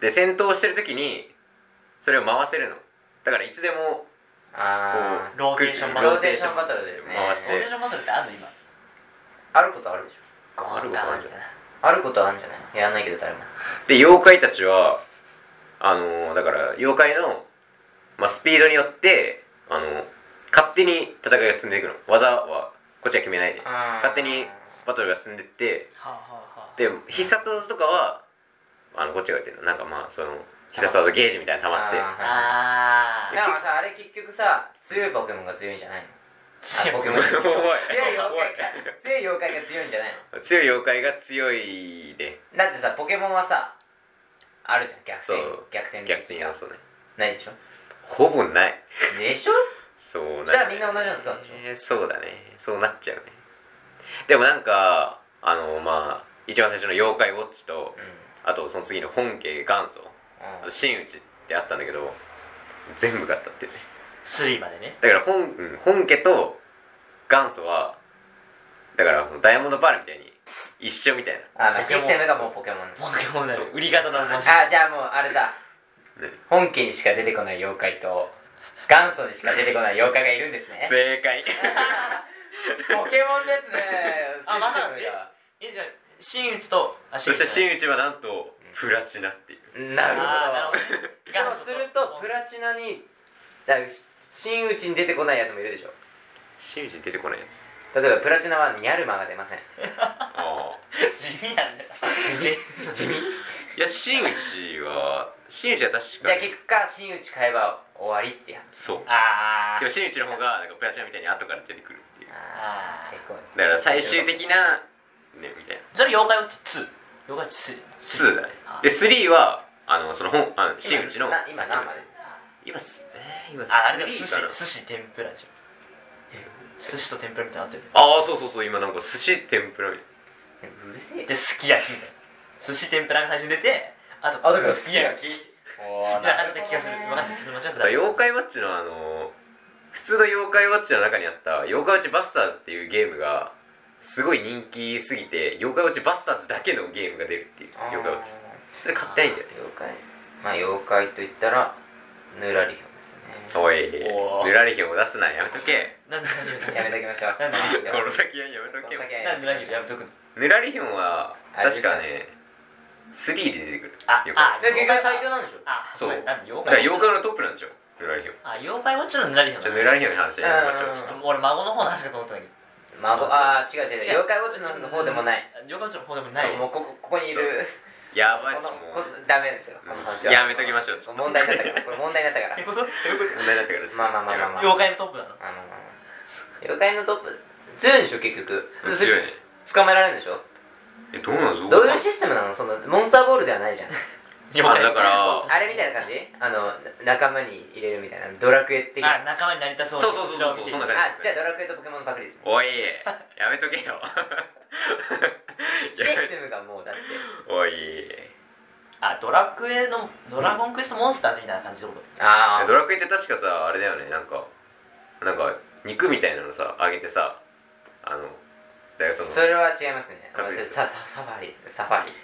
で戦闘してる時にそれを回せるのだからいつでもあローテーションバトルローテーションバトルですね回オーディシしてョンバトルってあんの今あることあるでしょゴあるンことガンあるみじたいゃんなあることはあるんじゃないやんないけど誰もで妖怪たちはあのーだから妖怪の、まあ、スピードによってあの勝手に戦いが進んでいくの技はこっちは決めないで勝手勝にバトルが進んでってはあはあはあで必殺技とかはあのこっちが言ってるのなんかまあその必殺技ゲージみたいなの溜まってああーーでもさあれ結局さ強いポケモンが強いんじゃないのあポケモおいン強い妖おい怪か強い妖怪が強いんじゃないの強い妖怪が強いでだってさポケモンはさあるじゃん逆そ転う逆転逆転が要素ねないでしょほぼないでしょそうじゃあみんな同じなんですかえーそうだねそうなっちゃうねでもなんかあのまあ一番最初の妖怪ウォッチとうんあとその次の本家元祖あと真打ちってあったんだけど全部勝ったっていうね3までねだから本,うん、本家と元祖はだからダイヤモンドパールみたいに一緒みたいなあのシステムがもうポケモンポケモンだよ売り方のマジあじゃあもうあれだね本家にしか出てこない妖怪と元祖にしか出てこない妖怪がいるんですね正解 ポケモンです ねあまさかシステムがえじゃあ真打ちとあそして打ち真打ちはなんとプラチナっていうなあーなるほどるほどねでもするとプラチナにだから真打ちに出てこないやつもいるでしょ真打ちに出てこないやつ例えばプラチナはニャルマが出ませんああ 地味なんだよ地味いや真打ちは真打ちは確じゃかあに結果真打ち買えば終わりってやつそう あでもー真打ちの方がなんかプラチナみたいに後から出てくるっていうだああせこいから最終的なねみたいなそれ妖怪ウォッチ2妖怪ウォッチ2だねあで3はあのその本あの真打ちの今な今何まで今すえー今ああれだよ寿3司かな寿司天ぷらでしょ寿司と天ぷらみたいになってるああそうそうそう今なんか寿司天ぷらみたいなうるせえで、すき焼きみたいな寿司天ぷらが最初に出てあとあだからすき焼きみおーたいな感じだった気がする分かんないなちょっとだ間違っかてらた妖怪ウォッチのあの普通の妖怪ウォッチの中にあった妖怪ウォッチバスターズっていうゲームがすごい人気すぎて妖怪ウォッチバスターズだけのゲームが出るっていうあー妖怪ウォッチそれ買ってないんだよね妖怪まあ妖怪と言ったらヌラリヒョンですねおいおーぬらりひょんを出すなやめとけなんで何やめときましょうなんでやめときましょうこの先はやめとけこの先はなんで何やめとくのぬらりひょんはあれで確すよかね3で出てくるあよくあで結局最強なんでしょあそうごめんなんでだ妖から怪ウォ妖ッチ怪のトップなんでしょぬらりひょんあ妖怪ウォッチのぬらりひょんちょっとだぬらりひょんの話やめましょうちょっとうん俺孫の方の話かと思ったんだけど孫ああ違う違う違う違う妖怪ウォッチの方でもない妖怪ウォッチの方でもないもうここここにいるやばいっこすものこうダメですようんこの話はやめときましょうちょっと問題になったからこれ問題になったかどうらいう ことどういうこ問題だったからまあまあまあまあまと 妖怪のトップなのあの妖怪のトップ強いんでしょ結局うん強いね捕まえられるんでしょえどうなんですどういうシステムなのそのモンスターボールではないじゃん妖怪だからウォッチあれみたいな感じあのな仲間に入れるみたいなドラクエ的あなあ仲間になりたそうにそうそうそうこそうちらを見ているそんな感じゃあドラクエとポケモンのパクリですねおいやめとけよシステムがもうだっておいあかドラクエのドラゴンクエストモンスターズみたいな感じのことああドラクエって確かさあれだよねなんかなんか肉みたいなのさ揚げてさあのだよそのそれは違いますね確実サササファリサファリ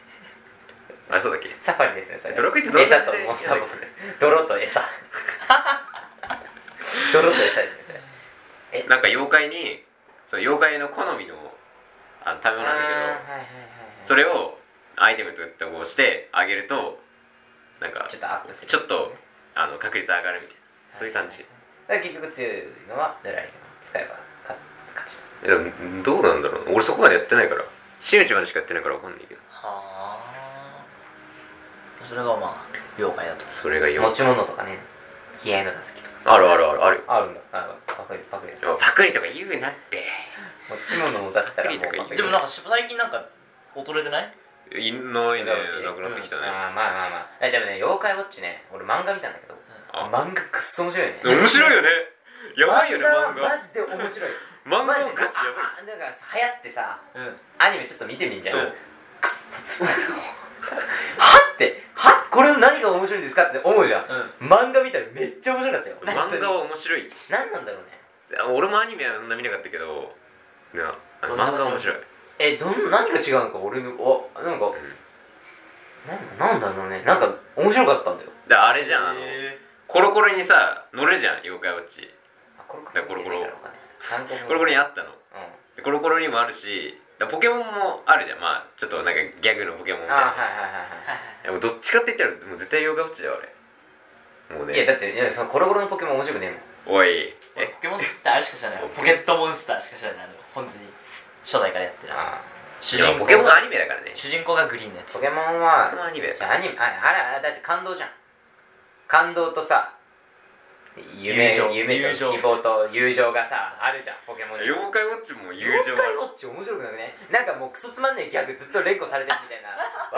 あそうだっけサファリですねそれドラクエってどんな餌とモンスターボス泥 と餌泥と餌ですねなんか妖怪にその妖怪の好みのあの食べそ物なんだけどはいはいはいはいそれをアイテムとってこうしてあげるとなんかちょっとアップするちょっとあの確率上がるみたいなそういう感じ、だから結局強いのはドラリンを使えば勝勝ちえでもどうなんだろう俺そこまでやってないから真打ちまでしかやってないからわかんないけどはあそれがまあ妖怪だとそれが持4ち物とかね気合いの助けとかあるあるあるあるあるんだあパクリパクリですパクリとか言うなって持ち物を出したらもうパクリでもなんかし最近なんか衰えてないいないねうんなくなってきたうんね、あーまあまあまあえでもね妖怪ウォッチね俺漫画見たんだけどあ漫画くっそ面白いよね面白いよねやばいよね漫は画マジで面白い 漫画マジので価値やばいあーなんか流行ってさうんアニメちょっと見てみんじゃんそは うってはこれの何が面白いんですかって思うじゃうんん漫画見たらめっちゃ面白かったよ漫画は面白い何なんだろうねあ俺もアニメはそんな見なかったけどなあどのんな漫画は面白い、えどん何が違うのか俺のあなんかうんなんなんだろうねなんか面白かったんだよだからあれじゃんあのへコロコロにさ乗るじゃん妖怪ウォッチあコロコだかロらコロコロ見てないからわかんない韓国語コロコロにあったのうんでコロコロにもあるしだからポケモンもあるじゃんまあちょっとなんかギャグのポケモンみあーたいはなでいはいはいはいもどっちかって言ったらもう絶対妖怪ウォッチだよ俺もういやねだっていやそのコロコロのポケモン面白くねえおもんい俺えポケモンってあれしか知らないよ ポケットモンスターしか知らないあの本当に初代からやってるあ主いや人ポ公ケモンがアニメだからね主人公がグリーンのやーつポケモンポケモンはアニメだじゃあアニメああれあれだって感動じゃん感動とさ夢友情夢と友情希望と友情がさあるじゃんポケモンに妖怪ウォッチも友妖情怪ウあるォッチ面白くなくねなんかもうクソつまんねえギャグずっと連呼されてるみたいな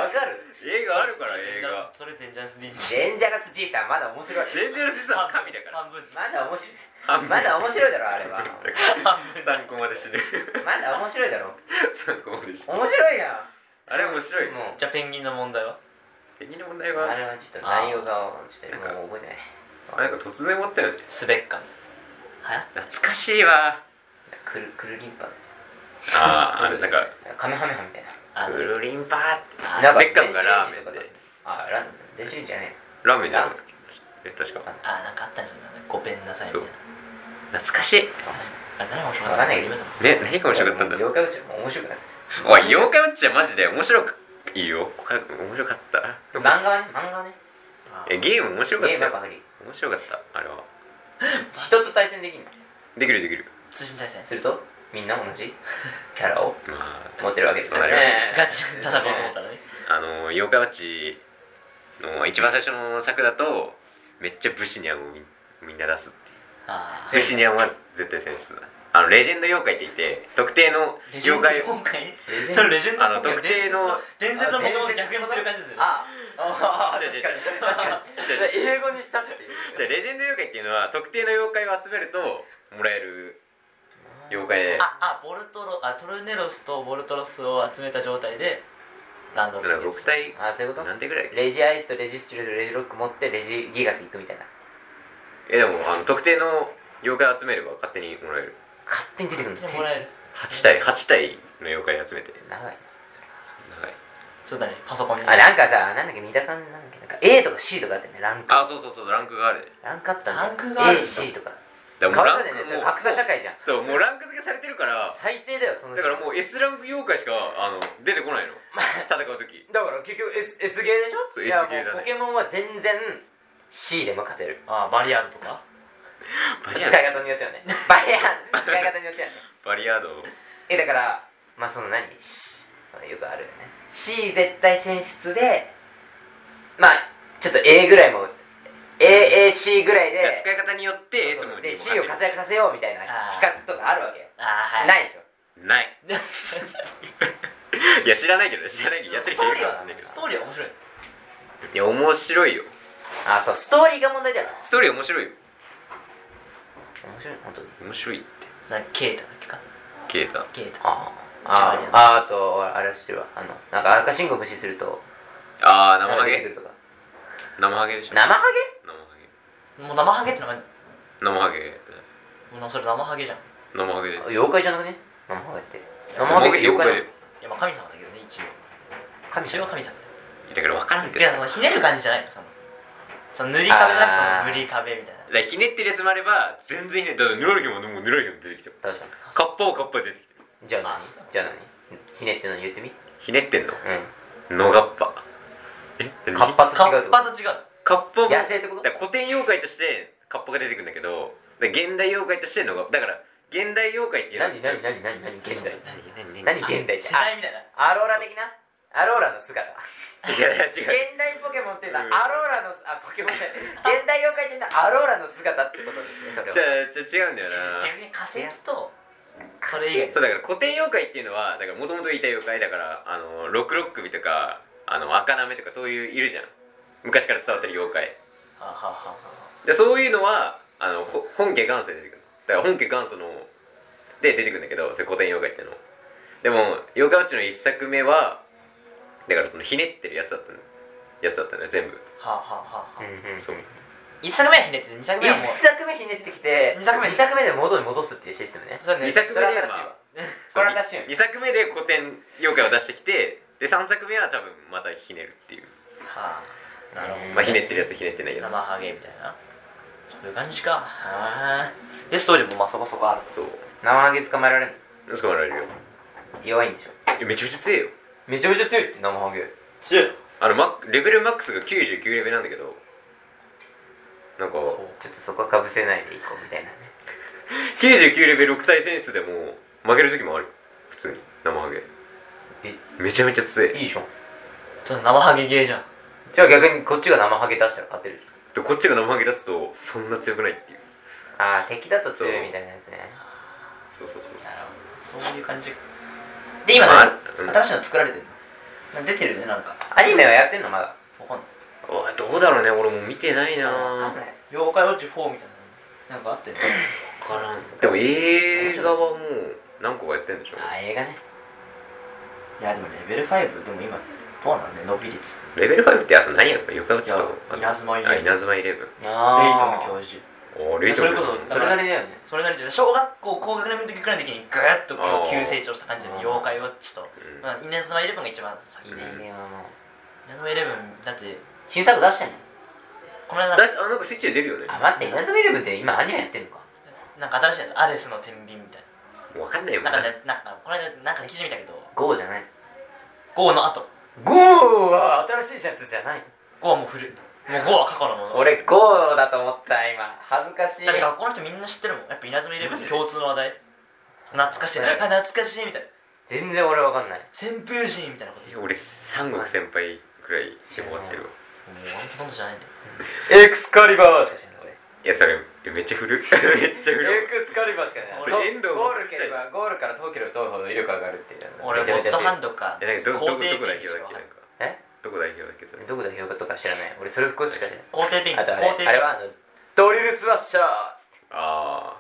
わかる映画あるから映画それデンジャラスディンデンジャラスじいさんまだ面白い全然実は神だから半分まだ面白い半分まだ面白いだろあ れは3個まで死 ぬまだ面白いだろ3個まで死ぬ面白いやんあれ面白いもうじゃあペンギンの問題は敵の問題はあれはちょっと内容がちょっともう覚えてないなんか突然終わったよねスベッカムはや懐かしいわくるくるりんぱ あーあれなんかカメハメハみたいなあのクルリンパーあっーてなんかベッカムがラーメン電子レンジでとかあラーメン電子レンジじゃねラーメンじゃなかったえ確かあなんかあったんじゃないごペンなさいみたいな懐かしいあ誰も面白かっわたかんないけど今でもね何えが面白かったんだろう妖怪ウォッチはもう面白くなかったおい妖怪ウォッチはマジで面白くいいよ面白かった漫画はね漫画はねあえゲーム面白かったゲームはよパクリ面白かったあれは人と対戦できんのできるできる通信対戦するとみんな同じキャラをまあ持ってるわけですそうよなねりますガチでね戦おうと思ったらねあの妖怪ウォッチの一番最初の作だとめっちゃブシニャンをみみんな出すっていうあブシニャンは絶対選出だあのレジェンド妖怪って言って特定のレジェ妖ンド怪今回レジェン ドそれレジェンドあの今回特定の伝説のポケモンと逆にしてる感じですよねああ違う違確う かに確かに違う違うそれ英語にしたっていうじゃあレジェンド妖怪っていうのは特定の妖怪を集めるともらえる妖怪でああボルトロあトルネロスとボルトロスを集めた状態でランドだロかスら6体あそういうこと何体ぐらいレジアイスとレジスチュールとレジロック持ってレジギガス行くみたいなえでもあの特定の妖怪を集めれば勝手にもらえる勝手に出てくるんですでもらえる8体8体の妖怪集めて長長いいそうだねパソコンになあなんかさなんだっけ見た感じなんだっけなんか A とか C とかあってねランクあそうそうそうランクがあるランクあったんだランクがあるんだ A C とかだかわもいそうだようねそれ格差社会じゃんそうもうランク付けされてるから最低だよそのだからもう S ランク妖怪しかあの出てこないの戦う時 だから結局 S, S ゲーでしょそういや S ゲーだねもうポケモンは全然 C でも勝てるあバリアードとかバリ使いアー方によってはねバリアー使い方によってはね ドバリアードえだからまあその何 C よくあるよね C 絶対選出でまあちょっと A ぐらいも AAC ぐらいで使い方によって S そうそもうで D も C を活躍させようみたいな企画とかあるわけよあーはい ないでしょない でいや知らないけど知らないけどやってスるトー人いるリーかはもしれないけどストーリーは面白いいや面白いよあそうストーリーが問題だよストーリー面白いよ面白い本当に面白いってなんかケイタだっけかケイタケイタあああああとあれは知ってるわあのなんか赤信号無視するとああ、生ハ出ゲてくるとか生ハゲでしょ生ハ生ハもう生ハゲって名前もゲ。生ハゲ。うなそれ生ハゲじゃんい生ハゲでゲ妖怪じゃなくね生ハゲってす。生ハゲって生妖怪でやまなのあ神様だけどね一応神一応様神様だよだから分からんけいど。やそのひねる感じじゃないのそのその塗り壁じゃなくてその塗り壁みたいなだかあーらひねってるやつもあれば、全然ひねって、だからぬらりひももうぬらりひも出てきた。確かカッパをカッパ出てきた。にじゃああ何そうじゃあ何ひねっての言ってみひねってんのうのがっぱ。えんカッパとカ違うってッこパとと違うカッパも野生ってことだから古典妖怪としてカッパが出てくるんだけどだから現代妖怪としてのがだから現代妖怪っていうのは何何何何何現代何何現代って時代みたいなアローラ的なアローラの姿いやいや違う現代ポケモンっていうのうんはアローラのあポケモンじゃない現代妖怪っていうのはアローラの姿ってことですねそれじゃはあじゃあちなみ違うんだよなに化石とそれ以外そうだから古典妖怪っていうのはだからもともといた妖怪だからあのロックロックビとかあの赤なめとかそういういるじゃん昔から伝わってる妖怪はあはあはあはでそういうのはあのほ本家元祖で出てくるだから本家元祖ので出てくるんだけどそれ古典妖怪っていうのでも妖怪ウォッチの一作目はだからそのひねってるやつだったのやつだったのよ全部あはあはあはあはあうんうんそう一作目はひねってて二作目一はもう作目ひねってきて二作目二作目で元に戻すっていうシステムねそうね二作目でそれは新しいわ2作これは確かに目で古典妖怪を出してきてで3作目は多分またひねるっていう、はあなるほど、まあ、ひねってるやつひねってないや生つハゲみたいなそういう感じかはあでストーリーもまあそこそこあるそう生ハゲ捕まえられる捕まえられるよ弱いんでしょえめちゃめちゃ強いよめちゃめちゃ強いって生ハゲ強いあのマッレベルマックスが99レベルなんだけどなんかちょっとそこはかぶせないでいこうみたいなね99レベル6体選出でも負ける時もある普通に生ハゲめちゃめちゃ強いえいいじゃんその生ハゲゲーじゃんじゃあ逆にこっちが生ハゲ出したら勝てるじゃんでこっちが生ハゲ出すとそんな強くないっていうああ敵だと強いみたいなやつねそうそうそうそうなるほどそういう感じで今まあね、うん新しいの作られてるの出てるねなんかアニメはやってんのまだわかんないおいどうだろうね俺もう見てないなぁわかんない妖怪ウォッチ4みたいなのなんかあってる分からんでも映画はもう何個かやってんでしょあー映画ねいやでもレベル5でも今4なんで伸び率レベル5ってあと何やるのよかうちいやとあ稲妻イレブンあ稲妻イレブンレイあトン教あ授おーレイトいやそれこそれなりだよねそれなりで小学校高学年の時くらいの時にグーッとこうあー急成長した感じの妖怪ウォッチと、んまあ、稲妻イレブンが一番先いで、いねいいねはもう稲妻イレブンだって新作出してんのこの間だあなんかスイッチで出るよねあ待って稲妻イレブンって今アニメやってんのかなんか新しいやつアレスの天秤みたい分かんないよななんかねなんかこの間なんか記事見たけどゴーじゃない5の後ゴーは新しいやつじゃない5はもう古いもう5は過去のもの俺ゴーだと思った今恥ずかしいだって学校の人みんな知ってるもんやっぱ稲妻イレブンって共通の話題懐かしいあマジで懐かしいみたいな全然俺わかんない扇風陣みたいなこと言うもう俺三国先輩くらいしか終わってるわほとんどじゃないんだよエクスカリバーしか知らないいやそれえめっちゃ古い めっちゃ古いエクスカリバーしか知らない俺そう遠藤ゴール蹴ればゴールから遠ければ遠いほど威力上がるっていう俺めちゃゴッめちゃドハンドかえなんかどどこどこ帝代ピン表だっチけか分かんななんかいえどこ代表だっけそれどこ代表かとか知らない俺それこそしか知らない皇帝ピンチあとあれ皇帝ピンあれはあのドリルスワッシャーあ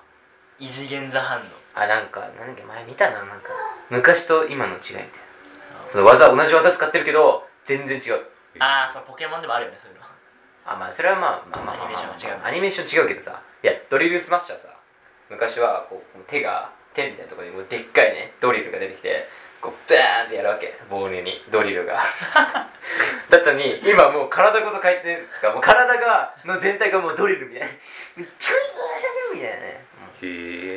異次元座反応あなんかなんだっけ前見たななんか昔と今の違いみたいなその技同じ技使ってるけど全然違うああそのポケモンでもあるよねそういうのあまあそれはまあまあまあまアあニメーションは違うアニメーション違うけどさいやドリルスマッシャーさ昔はこうこの手が手みたいなところにもうでっかいねドリルが出てきてこうバーンってやるわけボールにドリル がだったのに今もう体ごと回転すかもう体がの全体がもうドリルみたいな チュイーみたいなねあへ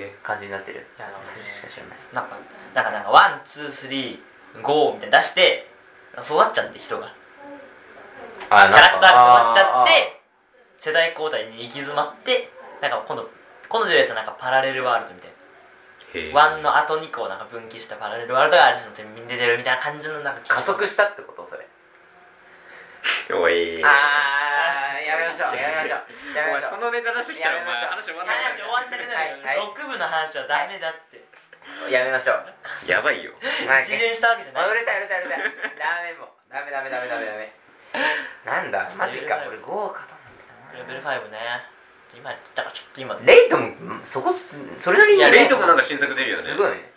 えうん感じになってるいやなんかねしか知らないなんかなんかなんかワンツースリーゴーみたいな出して育っちゃって人があキャラクターが育っちゃって世代交代に行き詰まってなんか今度今度出るやつはなんかパラレルワールドみたいなへえワンの後にこうなんか分岐したパラレルワールドがアリスの天秤に出てるみたいな感じのなんか加速したってことそれおいあーやめましょうやめましょうやめましょうお前そのネタ出してきたらやおめましょう前話終わんな話終くなわんなくなる6部の話はダはいはいメだってやめましょう。るやばいよはい一巡したわけじゃあ、なういるさい、うるさい、うるさい。ダメもう。ダメ、ダメ、ダメ、ダメ、ダメ。なんだ、マジか。俺5かとレ思っベてル5ね今だからちょっと今たな。レイトも、んそこ、それなりに。いやレイトもなんか新作出るよねすごいね。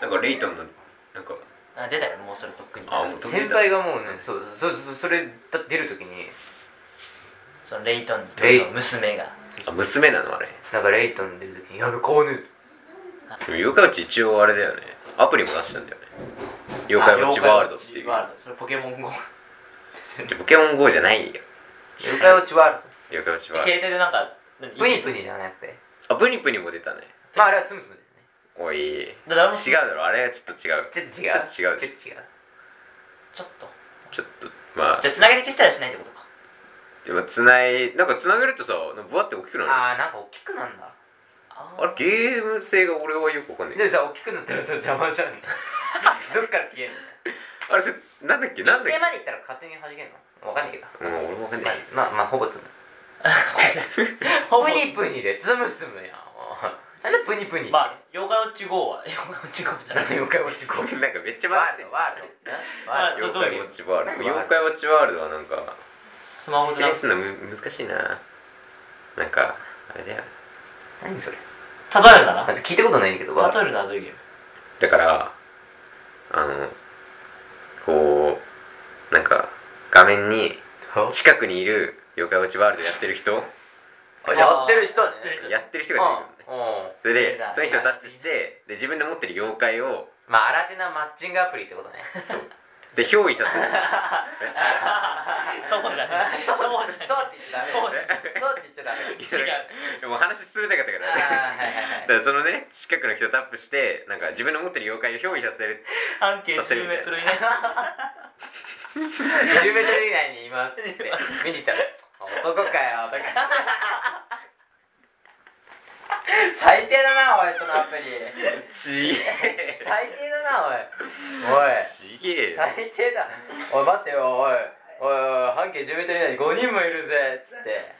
なんかレイトンのなんかああ出たよもうそれとっくにあもうとっくに先輩がもうねそうそうそうそれだ出るときにそのレイトン教授の娘があ娘なのあれなんかレイトン出るときに「やべ買わねでも妖怪ウォッチ一応あれだよねアプリも出したんだよね妖怪ウォッチワールドっていうあ妖怪ウォッチワールドそれポケモン GO でポケモン GO じゃないよえ」妖怪落ちは妖怪ウォッチワー携ル帯でなんか何プニプニじゃなくてドあプニプニも出たねまああれはつむつむですねおい違うだからだろあれはちょっと違うちょっと違うちょっと違うでちょっと違うちょっとちょっとまあじゃあつなげて消したりしないってことかでもつないなんかつなげるとさなんかぶわって大きくなるあああなんか大きくなんだあれゲーム性が俺はよくわかんないでもさ大きくなったらさ邪魔じゃんどっから消えるのあれそれなんだっけなんだっ一定けまで行ったら勝手に弾けんのわかんないけどうん俺もわかんないまあまあ、まあ、ほぼつむ ほぼプニプニでつむつむやんもうなんでプニプニまあ妖怪ウォッチ GO は妖怪ウォッチ GO じゃな何いで妖怪落 ち込むなんかめっちゃワー待ルってドワールドワールそれ妖どういう怪ゲーウムォッチワールド何妖怪ウォッチワールドはなんかスマホでなん説か明するのむ難しいななんかあれだよド何それ例えるならあ聞いたことないんだけどワールド例えるならどういうゲームだからあのこうなんか画面に近くにいる妖怪ウォッチワールドやってる人ああやってる人やってる人やってる人うんが出てくるのねそれうんでだその人をタッチしてで自分の持ってる妖怪をまあ新手なマッチングアプリってことねで憑依させる そうじゃないそそううじゃないそうって言っちゃダそうじゃないメそうって言っちゃダメ違うでも話進めたかったかあらーはいはいはいだからそのね近くの人をタップしてなんか自分の持ってる妖怪を憑依させる半径10メート ル以内10メートル以内にいますって見に行ったら「男かよ」とか最低だなおいそのアプリちげえ最低だなおいおちいげ えよ最低だおい待ってよおいおいおい半径10メートル以内に5人もいるぜっつって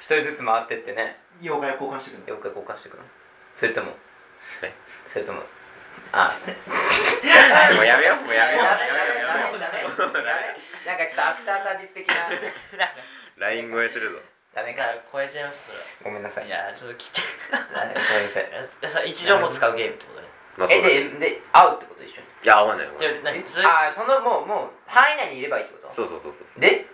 一人ずつ回ってってね妖怪交換してくんだよく交換してくのそれともえそれと もあもうやめようもうやめようダやメめようやめようダメダメもうダダメメなんかちょっとアフターサービス的なライン超えするぞダなメんかか超えちゃいますそれごめんなさいいやちょっと切ってご めんなさいえそれ一条も使うゲームってことねまあそえうだねでで会うってこと一緒にいや合わない合わないで何それああそのもうもう範囲内にいればいいってことそうそうそうそうで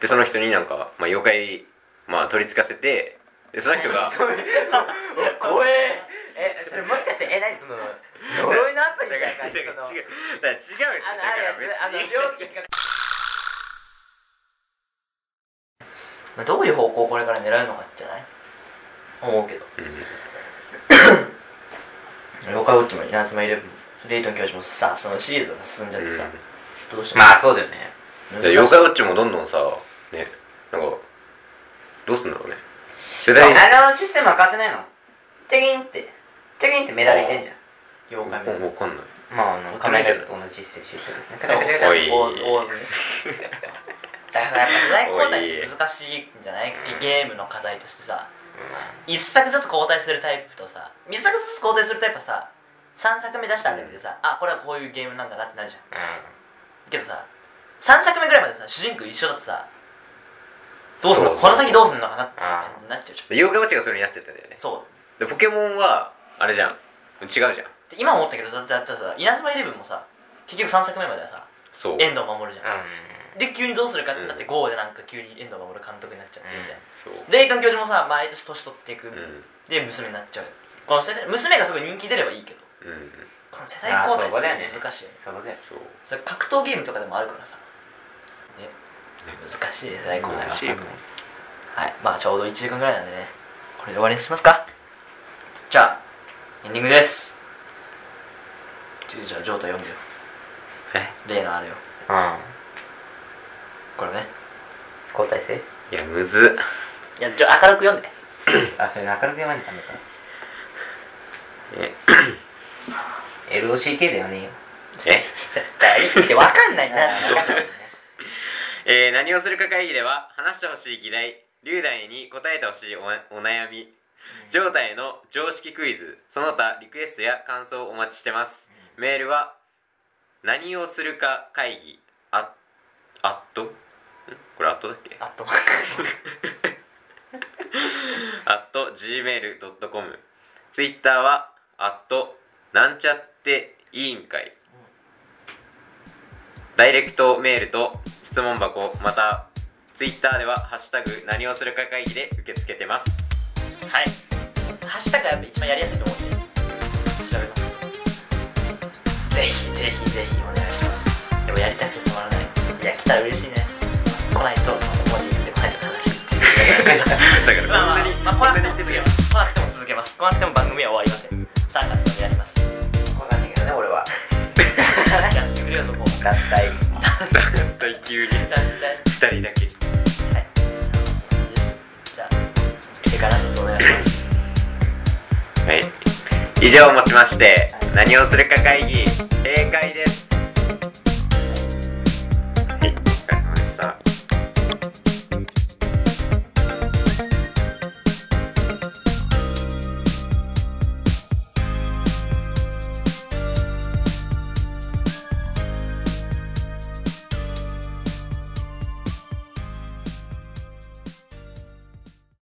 でその人になんか、まあ、妖怪、まあ、取りつかせてでその人が怖え えそれもしかしてえ何その呪いのアプリみたいな感じだそからの違うだから違うってだあのあれやつあからの別に料金がまあどういう方向をこれから狙うのかってない思うけど妖怪ウォッチも稲妻イレブンレイトン教授もさそのシリーズが進んじゃってさ、どうしようまあそうだよねうん難でしい妖怪ウォッチもどんどんさねなんかどうすんだろうね世代あのシステムは変わってないのテキンってテキンってメダルいけんじゃん妖怪みたいなわかんないまああのカメラと同じシステムですねそうカチャカチ ャカチャお大い津大津ねだからやっぱ世代交代って難しいんじゃないゲームの課題としてさ一作ずつ交代するタイプとさ一作ずつ交代するタイプはさ3作目出したあたりでさ、あこれはこういうゲームなんだなってなるじゃんけどさ3作目ぐらいまでさ主人公一緒だとさどうすんのそうこの先どうすんのかなって感じになっちゃうじで妖怪ウォッチがそれになっちゃったんだよねゃんそうでポケモンはあれじゃん違うじゃんで今思ったけどだってだってさ稲妻イレブンもさ結局3作目まではさそう遠藤守るじゃん、うで急にどうするかってなってうん GO でなんか急に遠藤守る監督になっちゃってみたいな、そうレイトン教授もさ毎年年取っていく、うんで娘になっちゃうこの世代娘がすごい人気出ればいいけどうんこの世ん代交代っあそこだよてね難しいよねそうだよそうそれ格闘ゲームとかでもあるからさ、ね、難しいね世代交代は難しいよはいまあちょうど1時間ぐらいなんでねこれで終わりにしますかじゃあエンディングですちょじゃあジョータ読んでよえ例のあれようこれねん交代制いやむずっいやじゃあ明るく 読んであそれ明るく読まないとダメかえ LOCK だよねえ大好きってわかんない な えー何をするか会議では話してほしい議題龍大に答えてほしいおなお悩み状態の常識クイズその他リクエストや感想をお待ちしてますメールは何をするか会議ああっとんこれあっとだっけアットマーク あっと gmail.com ツイッターはあっとなんちゃって委員会うんダイレクトメールと質問箱、また、ツイッターでは、ハッシュタグ、何をするか会議で受け付けてます。 はいハッシュタグがやっぱ一番やりやすいと思うんで調べますぜひぜひぜひお願いしますでもやりたくてたまらないいや来たら嬉しいね来ないとここに行って来ないと悲しいっていうだからまあまあそんなにまあ来なくてもそん続なにけます来なくても続けます来なくても番組は終わりません3月までやり ますわかんないけどね俺はやってくれよそこ脱退団体急に、団体二人だけ。はい。じゃあ、手からずっとお願いします。はい。以上をもちまして、何をするか会議、閉会です。